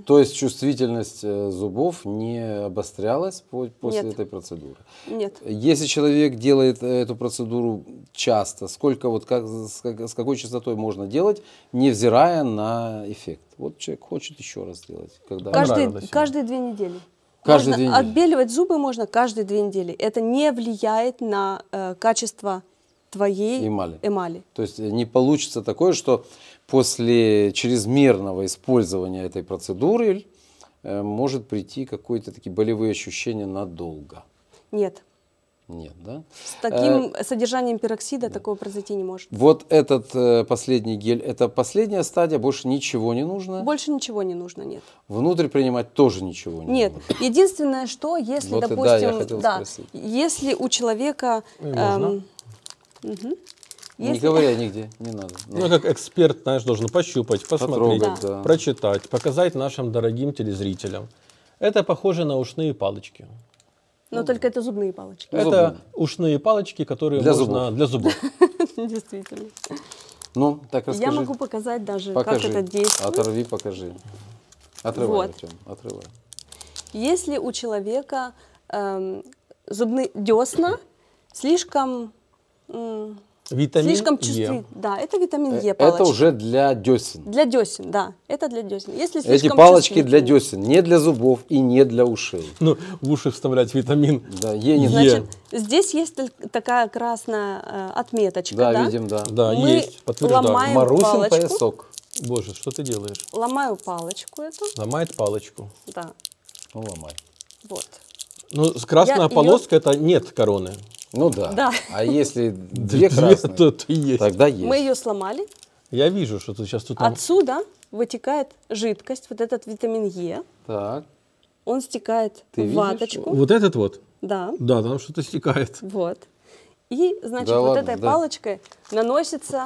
S1: То есть чувствительность э, зубов не обострялась по- после
S2: Нет.
S1: этой процедуры.
S2: Нет.
S1: Если человек делает э, эту процедуру часто, сколько вот как, с, как- с какой частотой можно делать, невзирая на эффект? Вот человек хочет еще раз сделать, когда
S3: Понравилось
S2: Каждые,
S3: ему.
S2: каждые две недели.
S1: Каждые
S2: Можно
S1: две недели.
S2: Отбеливать зубы можно каждые две недели. Это не влияет на э, качество твоей
S1: Эмали.
S2: эмали.
S1: То есть э, не получится такое, что после чрезмерного использования этой процедуры э, может прийти какие-то такие болевые ощущения надолго.
S2: Нет.
S1: Нет, да?
S2: С таким
S1: Э,
S2: содержанием пироксида такого произойти не может.
S1: Вот этот э, последний гель, это последняя стадия, больше ничего не нужно.
S2: Больше ничего не нужно, нет.
S1: Внутрь принимать тоже ничего не
S2: Нет.
S1: нужно.
S2: Единственное, что если,
S1: Ну, Вот и
S2: допустим,
S1: да, я хотел спросить.
S2: если у человека эм,
S3: Ну, и можно.
S2: мгм,
S1: Не
S2: если-
S1: говоря нигде, не надо. Ну,
S3: Ну, как эксперт, знаешь, должен пощупать, посмотреть,
S1: Потрогать, Да. да.
S3: прочитать, показать нашим дорогим телезрителям. Это похоже на ушные палочки.
S2: но только это зубные палочки.
S1: Зубные.
S3: Это ушные палочки, которые
S1: Для
S3: можно
S1: зубов.
S3: для зубов.
S2: Действительно.
S1: ну, так расскажи.
S2: Я могу показать даже,
S1: покажи. А
S2: как это действует.
S1: Оторви, покажи. Отрывай,
S2: Вот.
S1: Артем, отрывай.
S2: Если у человека эм, зубные десна слишком м,
S3: Витамин
S2: слишком
S3: Е.
S2: чувствительны, да, это витамин
S1: Э,
S2: Е
S1: Это
S2: палочки.
S1: уже для десен.
S2: Для десен, да, это для десен. Если
S1: Эти
S2: слишком
S1: палочки для
S2: чувствительны,
S1: десен, не для зубов и не для ушей.
S3: Ну, в уши вставлять витамин.
S1: Да, Е не
S3: Значит,
S1: надо.
S2: Значит, здесь есть тол- такая красная э, отметочка,
S1: Да,
S2: да?
S1: видим, да.
S3: Да,
S2: Мы
S3: есть, подтверждаю.
S2: ломаем
S1: Марусин
S2: палочку.
S1: поясок.
S3: Боже, что ты делаешь?
S2: Ломаю палочку эту,
S3: Ломает палочку.
S2: да,
S1: Ну, ломай.
S2: вот.
S3: Ну, с- красная
S2: Я её-
S3: полоска это нет короны.
S1: Ну да.
S2: Да.
S1: А если две
S3: то
S1: красные,
S3: ты есть.
S1: тогда есть. Ну.
S2: Мы ее сломали,
S3: Я вижу, что ты сейчас тут нам-
S2: отсюда вытекает жидкость, вот этот витамин Е,
S1: Так.
S2: он стекает
S1: Ты
S2: в
S1: видишь?
S2: ваточку,
S3: Вот этот вот.
S2: да,
S3: Да, там что-то стекает.
S2: вот. И, значит,
S1: Да
S2: вот
S1: ладно,
S2: этой
S1: да.
S2: палочкой наносится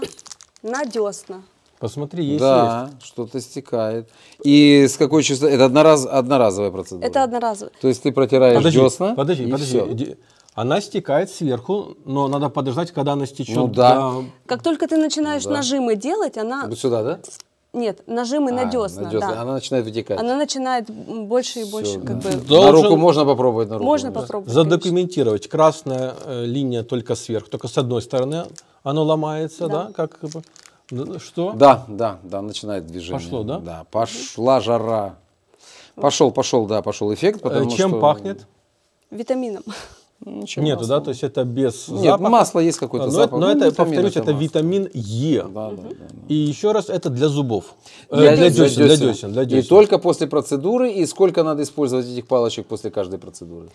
S2: на десна.
S3: Посмотри, есть,
S1: да, что-то стекает. И с какой частотой? Это однораз... одноразовая процедура.
S2: Это одноразово.
S1: То есть ты протираешь
S3: Подожди,
S1: Э, десна.
S3: подожди,
S1: и
S3: подожди.
S1: всё.
S3: Иди. Она стекает сверху, но надо подождать, когда она стечет.
S1: Ну да.
S2: Как только ты начинаешь
S1: Ну Да.
S2: нажимы делать, она...
S1: Вот сюда, да?
S2: Нет, нажимы
S1: А,
S2: на десна,
S1: дёсна.
S2: да.
S1: Она начинает вытекать.
S2: Она начинает м, больше и
S1: Всё, ну,
S2: больше,
S1: да.
S2: как бы,
S1: На
S3: Должен-
S1: руку можно попробовать на руку.
S2: Можно
S1: Да.
S2: попробовать.
S3: Задокументировать. Красная э, линия только сверху, только с одной стороны оно ломается, да,
S2: Да.
S3: как бы. Ну, что?
S1: Да, да, да, начинает движение.
S3: Пошло, да?
S1: Да, пошла жара. Пошел, пошел, да, пошел эффект.
S3: Э,
S1: Потому
S3: Чем
S1: что-
S3: пахнет?
S2: конечно. Витамином.
S1: Ничего
S3: Нету,
S1: маслом.
S3: да, то есть это без
S1: Нет,
S3: запаха. Э,
S1: масло есть какой-то
S3: но,
S1: запах.
S3: но
S1: Ну,
S3: А, это,
S1: витамин
S3: повторюсь, это,
S1: масло.
S3: витамин Е.
S1: Да, да, да.
S3: И еще раз, это для зубов. Э,
S1: Я-
S3: для,
S1: я-
S3: десен, для
S1: десен.
S3: десен, для
S1: И
S3: десен.
S1: только после процедуры, и сколько надо использовать этих палочек после каждой процедуры?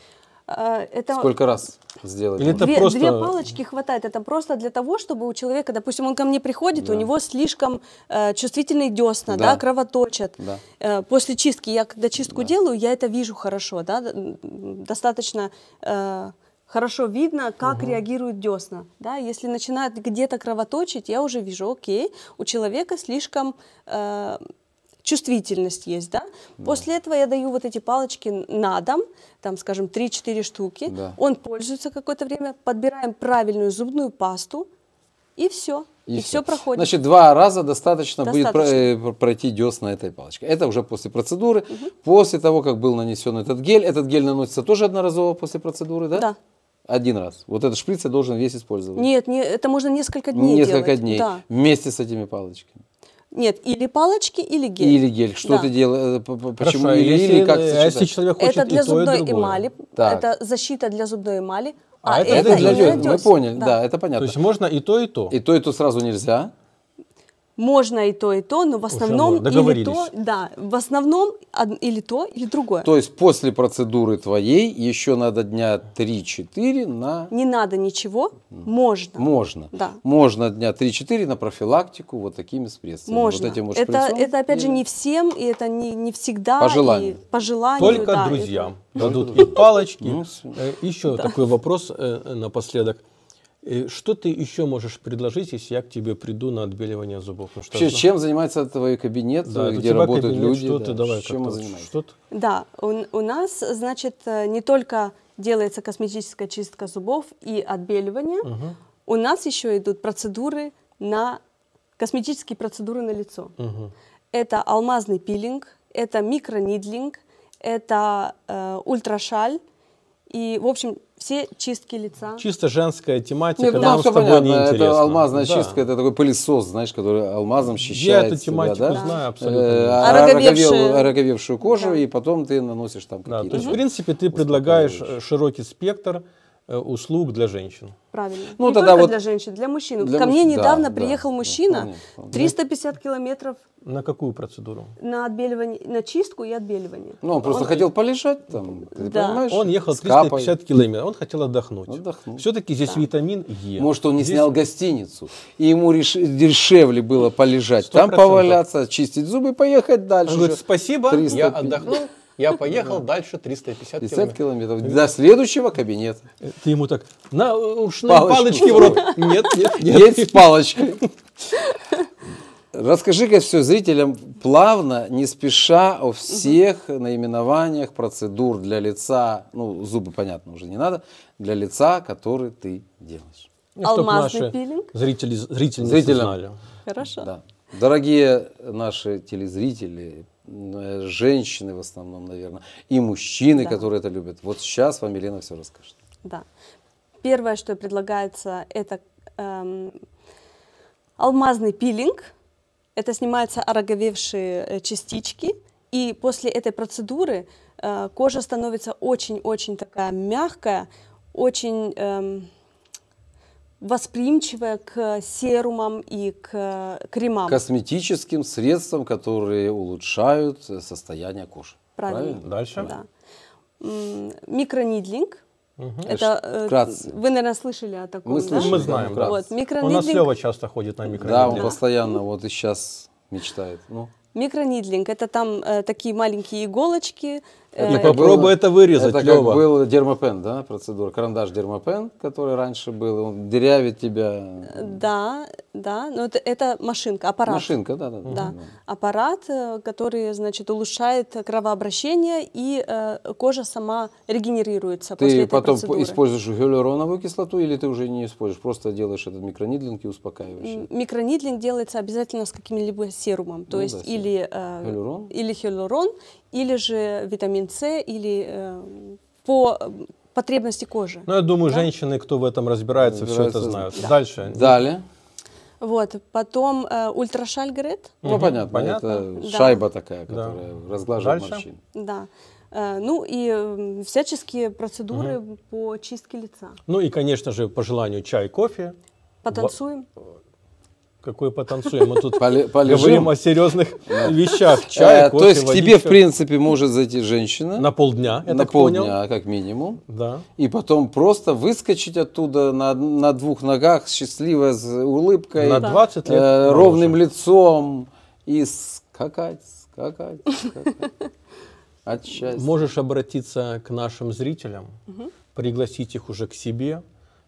S2: А, Это
S1: Сколько раз сделать?
S3: Или
S1: можно?
S3: это
S2: две,
S3: просто-
S2: две палочки хватает. Это просто для того, чтобы у человека, допустим, он ко мне приходит, у него слишком э, чувствительные десна, да,
S1: Да.
S2: кровоточат.
S1: Да.
S2: Э, после чистки, я когда чистку делаю, я это вижу хорошо, да, д- м, достаточно э, хорошо видно, как реагируют десна. Да, если начинает где-то кровоточить, я уже вижу, окей, у человека слишком э, чувствительность есть, да? После этого я даю вот эти палочки на дом, там, скажем, 3-4 штуки.
S1: Да.
S2: Он пользуется какое-то время, подбираем правильную зубную пасту, и все. И, все. проходит.
S1: Значит, два раза достаточно, будет про-
S2: Достаточно.
S1: э, пройти десна этой палочкой. Это уже после процедуры. После того, как был нанесен этот гель, этот гель наносится тоже одноразово после процедуры, да?
S2: Да.
S1: Один раз. Вот этот шприц я должен весь использовать.
S2: Нет, не, это можно несколько дней
S1: Несколько
S2: делать.
S1: дней.
S2: Да.
S1: Вместе с этими палочками.
S2: Нет, или палочки, или гель.
S1: Или гель. Что
S2: Да.
S1: ты делаешь? э, Почему
S3: Хорошо, а
S1: или,
S3: если,
S1: или как ты
S3: э, а если
S1: сочетаешь?
S3: человек хочет
S2: Это для
S3: и то, и
S2: зубной
S3: другое?
S2: эмали.
S1: Так.
S2: Это защита для зубной эмали.
S3: А это
S1: Это,
S3: Это
S1: для
S3: именно
S1: десен. Мы
S2: десен.
S1: поняли, да, это понятно.
S3: То есть можно и то, и то.
S1: И то, и то сразу нельзя.
S2: Можно и то, и то, но в основном
S3: можно,
S2: или то,
S3: договорились.
S2: да, в основном од- или то, или другое.
S1: То есть после процедуры твоей еще надо дня 3-4 на...
S2: Не надо ничего, можно.
S1: Можно.
S2: Да.
S1: Можно дня 3-4 на профилактику вот такими средствами.
S2: Можно.
S1: Вот этим вот
S2: это,
S1: шприцом
S2: это опять же
S1: или-
S2: не всем, и это не, не всегда.
S1: По желанию.
S2: и по желанию,
S3: Только
S2: да,
S3: друзьям дадут и
S1: Ну,
S3: палочки.
S1: всё.
S3: Э, Еще такой вопрос э, напоследок. Э, Что ты еще можешь предложить, если я к тебе приду на отбеливание зубов? Ну, что
S1: Вообще,
S3: ж,
S1: чем занимается твой кабинет,
S3: да, это у
S1: где
S3: тебя
S1: работают
S3: кабинет,
S1: люди?
S3: Что
S1: да,
S3: ты давай
S1: чем вы
S3: как-то,
S1: занимаетесь?
S3: что ты-
S2: это- да, у, у нас, значит, э, не только делается косметическая чистка зубов и отбеливание,
S3: Мгм,
S2: у нас еще идут процедуры на косметические процедуры на лицо.
S3: мгм.
S2: Это алмазный пилинг, это микронидлинг, это э, ультрашаль и, в общем, все чистки лица.
S3: Чисто женская тематика,
S1: Нет, ну,
S3: нам
S1: там
S3: с
S1: все
S3: тобой
S1: понятно.
S3: не интересно.
S1: Это алмазная
S3: Да.
S1: чистка, это такой пылесос, знаешь, который алмазом
S3: Я
S1: счищает.
S3: эту
S1: себя,
S3: тематику
S1: да?
S3: знаю абсолютно.
S1: Э,
S2: А
S1: а
S2: роговевшие-
S1: роговел- роговевшую кожу,
S2: Да.
S1: и потом ты наносишь там
S3: Да,
S1: какие-то...
S3: то есть, в принципе, ты предлагаешь э, широкий спектр э, услуг для женщин.
S2: Правильно.
S1: Ну,
S2: Не
S1: тогда
S2: только
S1: вот-
S2: для женщин, для мужчин.
S1: Для
S2: Ко мне
S1: мужчин, да,
S2: недавно
S1: да,
S2: приехал
S1: да,
S2: мужчина,
S1: вполне, вполне.
S2: 350 километров
S3: На какую процедуру?
S2: на отбеливание, на чистку и отбеливание.
S1: Ну, он просто хотел полежать там, ты
S2: Да.
S1: понимаешь?
S3: Он ехал
S1: с капой.
S3: 350 километров, он хотел отдохнуть.
S1: Отдохнул.
S3: Все-таки здесь витамин Е.
S1: Может, он не
S3: Здесь
S1: снял гостиницу, и ему реш- дешевле было полежать,
S3: Сто
S1: там
S3: процентов.
S1: поваляться, чистить зубы и поехать дальше.
S3: Он говорит,
S1: уже.
S3: спасибо,
S1: 350.
S3: я отдохнул, я поехал дальше 350
S1: 50
S3: километров.
S1: километров до следующего кабинета.
S3: Э, Ты ему так, на, уж на
S1: Палочку.
S3: палочки в рот. Нет, нет,
S1: Есть
S3: нет.
S1: с палочкой. Расскажи-ка все зрителям плавно, не спеша, о всех наименованиях процедур для лица, ну, зубы, понятно, уже не надо, для лица, которые ты делаешь.
S3: Ну, чтоб
S2: Алмазный
S3: наши
S2: пилинг.
S3: Зрители, зрительницы
S1: Зрителям.
S3: знали.
S2: Хорошо.
S1: Да. Дорогие наши телезрители, э, женщины в основном, наверное, и мужчины,
S2: Да.
S1: которые это любят. Вот сейчас вам Елена все расскажет.
S2: Да. Первое, что предлагается, это эм, алмазный пилинг. Это снимаются ороговевшие э, частички. И после этой процедуры э, кожа становится очень-очень такая мягкая, очень эм, восприимчивая к серумам и к э, кремам.
S1: Косметическим средствам, которые улучшают э, состояние кожи.
S2: Правильно.
S3: Дальше.
S2: Да. М, Микронидлинг. Это, э,
S1: Вкратце.
S2: вы, наверное, слышали о таком,
S1: Мы
S2: да?
S1: слышали,
S3: Мы
S1: да,
S3: знаем,
S1: вкратце.
S3: да.
S2: Вот,
S3: У нас
S2: микронидлинг-
S3: Лева часто ходит на
S1: Да, он
S3: микронидлинг.
S1: постоянно вот и сейчас мечтает. Ну,
S2: Микронидлинг это там э, такие маленькие иголочки.
S1: это
S2: э,
S3: И
S1: как
S3: Ну, попробуй
S1: было-
S3: это вырезать,
S1: Это
S3: Лёва.
S1: как был дермопен, да, процедура. Карандаш дермопен, который раньше был, он дырявит тебя.
S2: да, да, но это, это машинка, аппарат.
S1: Машинка, да, Ну, да.
S2: Да, аппарат, э, который, значит, улучшает кровообращение и э, кожа сама регенерируется после
S1: Ты
S2: этой
S1: потом
S2: процедуры.
S1: используешь гиалуроновую кислоту или ты уже не используешь, просто делаешь этот микронидлинг и успокаивающий.
S2: М, Микронидлинг делается обязательно с каким-либо серумом, то
S1: Ну
S2: есть
S1: да,
S2: или, э,
S1: Хиалурон.
S2: или хиалурон, или же витамин С, или э, по э, потребности кожи.
S3: Ну, я думаю, женщины, кто в этом разбирается, все
S1: Разбираются,
S3: это знают.
S1: да.
S3: Дальше.
S1: Далее.
S2: Вот, потом э, ультрашаль горит,
S1: Ну,
S3: Мгм,
S1: понятно,
S3: понятно.
S1: это
S2: Да.
S1: шайба такая,
S3: Да.
S1: которая разглаживает
S3: Дальше?
S1: морщины.
S2: да. Э, ну и м, всяческие процедуры по чистке лица.
S3: Ну и, конечно же, по желанию чай, кофе.
S2: Потанцуем.
S3: Какой потанцуем? Мы тут
S1: Поле- полежим.
S3: говорим о серьезных вещах. Чай,
S1: Э,
S3: кофе,
S1: то есть к тебе, в
S3: водичка.
S1: принципе, может зайти женщина
S3: На полдня, я
S1: на
S3: так понял.
S1: полдня, как минимум.
S3: Да.
S1: И потом просто выскочить оттуда на, на двух ногах, счастливая с улыбкой,
S3: На 20 лет
S1: э,
S3: моложе.
S1: ровным лицом и скакать, скакать, скакать. От счастья.
S3: Можешь обратиться к нашим зрителям, пригласить их уже к себе,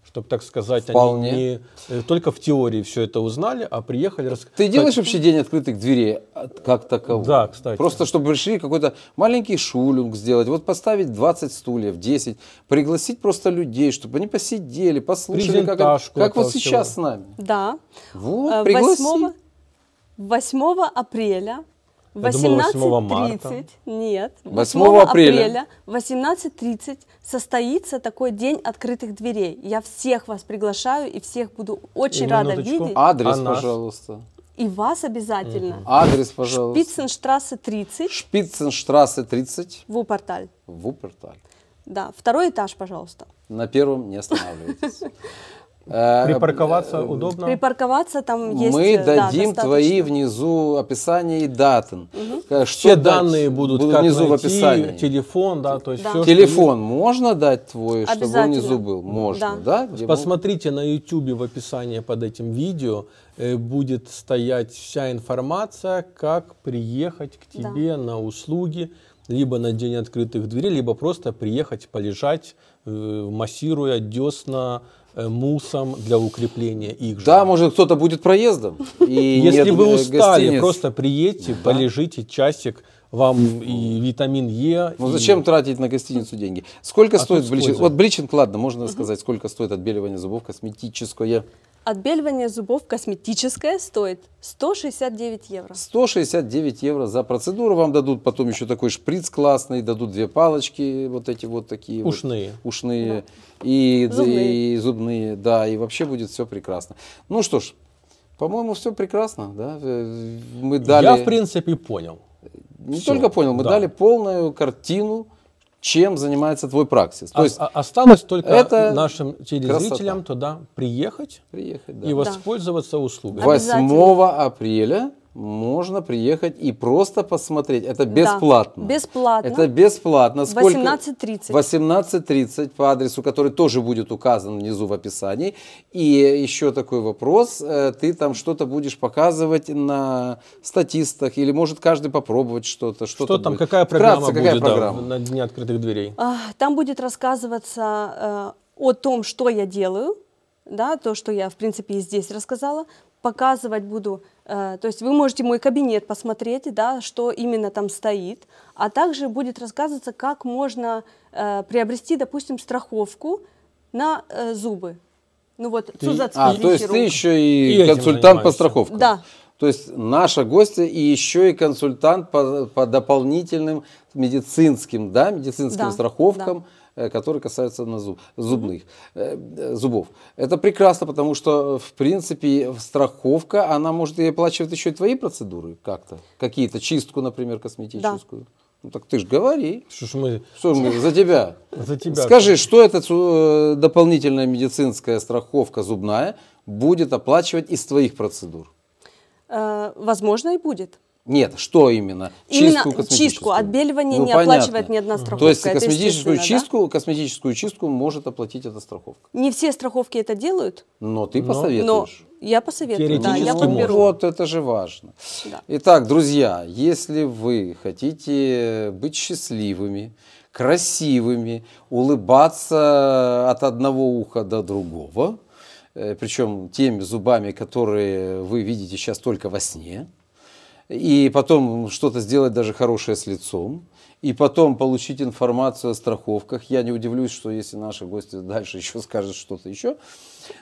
S3: чтобы, так сказать,
S1: Вполне.
S3: они не э, только в теории все это узнали, а приехали... рас-
S1: Ты делаешь вообще день открытых дверей от- как такового?
S3: Да, кстати.
S1: Просто чтобы пришли какой-то маленький шулинг сделать, вот поставить 20 стульев, 10, пригласить просто людей, чтобы они посидели, послушали, как, они-
S3: Презентажку
S1: как вот
S3: этого
S1: сейчас с
S3: всего.
S1: нами.
S2: Да.
S1: Вот,
S3: Ну,
S2: Э,
S1: пригласи.
S2: 8, 8 апреля в
S3: Я думала, 8 марта.
S2: 18.30, нет,
S1: 8
S2: 8
S1: апреля.
S2: апреля в 18.30 состоится такой день открытых дверей. Я всех вас приглашаю и всех буду очень
S3: И
S2: рада
S3: минуточку.
S2: видеть.
S1: Адрес,
S3: А нас?
S1: пожалуйста.
S2: И вас обязательно.
S1: Адрес, пожалуйста.
S2: Шпиценштрассе 30,
S1: Шпиценштрассе 30
S2: в порталь.
S1: в Уперталь.
S2: Да, второй этаж, пожалуйста.
S1: На первом не останавливайтесь. Э,
S3: Припарковаться удобно?
S2: Припарковаться там есть.
S1: Ну. Мы
S2: э, да,
S1: дадим
S2: достаточно.
S1: твои внизу описание и даты. Э, Что
S3: Все
S1: дать?
S3: данные будут, как
S1: внизу в
S3: найти,
S1: описании.
S3: телефон, да, то есть
S2: Да.
S3: всё, что
S1: Телефон можно дать твой, чтобы он
S2: Обязательно.
S1: внизу был? Можно, да? Где мы-
S3: Посмотрите на YouTube в описании под этим видео, э, будет стоять вся информация, как приехать к
S2: Да.
S3: тебе на услуги, либо на день открытых дверей, либо просто приехать полежать, э, массируя десна э, мусом для укрепления их же.
S1: Да, может кто-то будет проездом. И нет,
S3: Если вы
S1: э,
S3: устали,
S1: гостиниц.
S3: просто приедьте, полежите часик, вам и витамин Е.
S1: Ну
S3: и-
S1: зачем тратить на гостиницу деньги? Сколько
S3: А
S1: стоит
S3: тут
S1: бличинг?
S3: используем.
S1: Вот бличинг, ладно, можно сказать, сколько стоит отбеливание зубов косметическое.
S2: Отбеливание зубов косметическое стоит 169 евро.
S1: 169 евро за процедуру вам дадут, потом еще такой шприц классный, дадут две палочки, вот эти вот такие. вот,
S3: Ушные.
S1: ушные и,
S2: Зубные.
S1: и зубные, да, и вообще будет все прекрасно. Ну что ж, по-моему, все прекрасно, да. Э, Мы дали,
S3: Я, в принципе, понял.
S1: не
S3: всё,
S1: только понял, мы
S3: да.
S1: дали полную картину, чем занимается твой праксис. То
S3: А-
S1: есть
S3: а- осталось только
S1: это
S3: нашим телезрителям туда приехать
S1: приехать, да.
S3: и воспользоваться услугой.
S2: Во-
S1: 8 апреля можно приехать и просто посмотреть. Это бесплатно.
S2: бесплатно.
S1: Это бесплатно. Сколько?
S2: 18.30.
S1: 18.30 по адресу, который тоже будет указан внизу в описании. И еще такой вопрос. э, Ты там что-то будешь показывать на статистах или может каждый попробовать что-то? Что,
S3: Что
S1: там,
S3: там,
S1: будет?
S3: какая
S1: Вкратце,
S3: программа
S1: какая
S3: будет да,
S1: программа?
S3: на Дне открытых дверей?
S2: А, Там будет рассказываться э, о том, что я делаю, да, то, что я, в принципе, и здесь рассказала. Показывать буду, э, то есть вы можете мой кабинет посмотреть, да, что именно там стоит, а также будет рассказываться, как можно э, приобрести, допустим, страховку на э, зубы. Ну вот,
S1: А, то есть ты еще и,
S3: И этим
S1: консультант по
S3: занимаешься.
S1: страховке?
S2: Да.
S1: То есть наша гостья и еще и консультант по, по дополнительным медицинским, да, медицинским
S2: Да,
S1: страховкам, э, которые касаются на зуб- зубных, э, э, зубов. Это прекрасно, потому что, в принципе, в- страховка, она может и оплачивать еще и твои процедуры как-то. Какие-то, чистку, например, косметическую. Ну так ты же говори.
S3: Что ж мы
S1: Что мы за тебя?
S3: за тебя?
S1: Скажи, что эта цу- э, дополнительная медицинская страховка зубная будет оплачивать из твоих процедур?
S2: э, возможно, и будет.
S1: Нет, что именно?
S2: Именно
S1: Чистку косметическую?
S2: чистку, отбеливание
S1: Ну,
S2: не
S1: понятно.
S2: оплачивает ни одна страховка.
S1: То есть
S2: это
S1: косметическую
S2: естественно, да.
S1: чистку, косметическую чистку может оплатить эта страховка.
S2: Не все страховки это делают,
S1: Но ты
S3: Но-
S2: но
S1: посоветуешь.
S2: я посоветую, да, я
S3: Теоретически
S1: Ну,
S2: подберу.
S1: вот это же важно.
S2: Да.
S1: Итак, друзья, если вы хотите быть счастливыми, красивыми, улыбаться от одного уха до другого, э, причем теми зубами, которые вы видите сейчас только во сне, и потом что-то сделать даже хорошее с лицом, и потом получить информацию о страховках. Я не удивлюсь, что если наши гости дальше еще скажут что-то еще,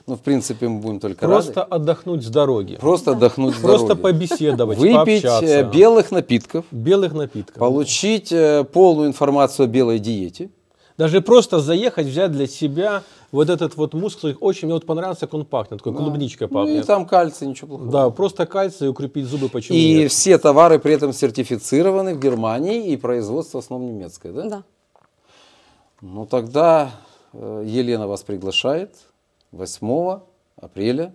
S1: но в принципе мы будем только
S3: Просто
S1: рады.
S3: отдохнуть с дороги.
S1: Просто отдохнуть с
S3: Просто
S1: дороги.
S3: побеседовать,
S1: Выпить э,
S3: пообщаться.
S1: белых напитков,
S3: Белых напитков.
S1: получить э, полную информацию о белой диете.
S3: Даже просто заехать, взять для себя вот этот вот мусс, кстати, очень мне вот понравился, как он пахнет, такой клубничка
S1: Ну и
S3: пахнет.
S1: там кальций, ничего плохого.
S3: Да, просто кальций, укрепить зубы, почему
S1: И
S3: нет?
S1: все товары при этом сертифицированы в Германии, и производство в основном немецкое, да?
S2: Да.
S1: Ну тогда э, Елена вас приглашает 8 апреля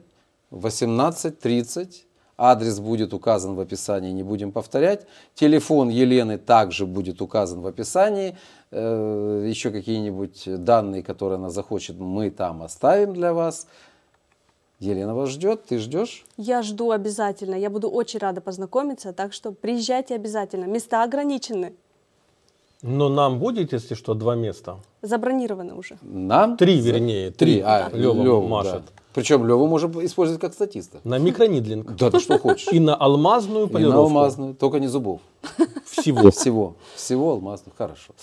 S1: в 18.30. Адрес будет указан в описании, не будем повторять. Телефон Елены также будет указан в описании. Э, Еще какие-нибудь данные, которые она захочет, мы там оставим для вас. Елена вас ждет, ты ждешь?
S2: Я жду обязательно, я буду очень рада познакомиться, так что приезжайте обязательно. Места ограничены.
S3: Но нам будет, если что, два места.
S2: Забронированы уже.
S1: Нам?
S3: Три, вернее.
S1: Три. А,
S3: Лёва
S1: Лёву,
S3: машет.
S1: да. Причем Леву можем использовать как статиста.
S3: На микронидлинг.
S1: Да ты что хочешь.
S3: И на алмазную
S1: И на
S3: полировку.
S1: алмазную, только не зубов.
S3: Всего.
S1: Всего. Всего алмазных. Хорошо.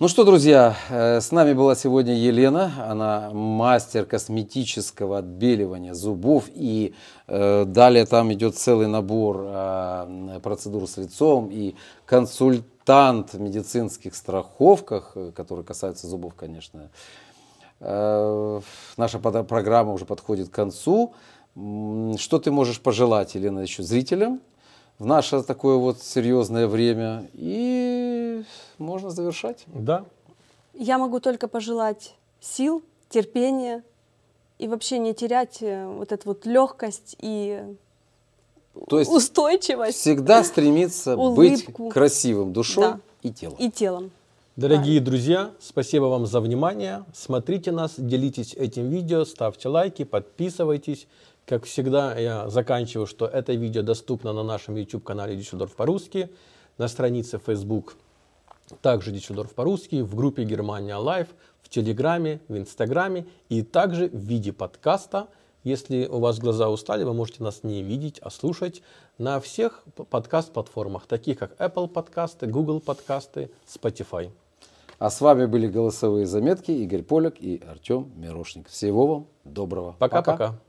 S1: Ну что, друзья, э, с нами была сегодня Елена. Она мастер косметического отбеливания зубов. И э, далее там идет целый набор э, процедур с лицом и консультант в медицинских страховках, э, которые касаются зубов, конечно. Э, Наша пода- программа уже подходит к концу. М, Что ты можешь пожелать, Елена, еще зрителям в наше такое вот серьезное время? И можно завершать.
S3: Да.
S2: Я могу только пожелать сил, терпения и вообще не терять э, вот эту вот легкость и
S1: То есть
S2: устойчивость
S1: всегда стремиться
S2: Улыбку.
S1: быть красивым душой
S2: Да.
S1: и телом.
S2: и телом.
S3: Дорогие друзья, спасибо вам за внимание. Смотрите нас, делитесь этим видео, ставьте лайки, подписывайтесь. Как всегда, я заканчиваю, что это видео доступно на нашем YouTube-канале Дюссельдорф по-русски, на странице Facebook также Дюссельдорф по-русски, в группе Германия Лайв, в Телеграме, в Инстаграме и также в виде подкаста. Если у вас глаза устали, вы можете нас не видеть, а слушать на всех п- подкаст-платформах, таких как Apple подкасты, Google подкасты, Spotify.
S1: А с вами были голосовые заметки Игорь Поляк и Артем Мирошник. Всего вам доброго.
S3: Пока-пока.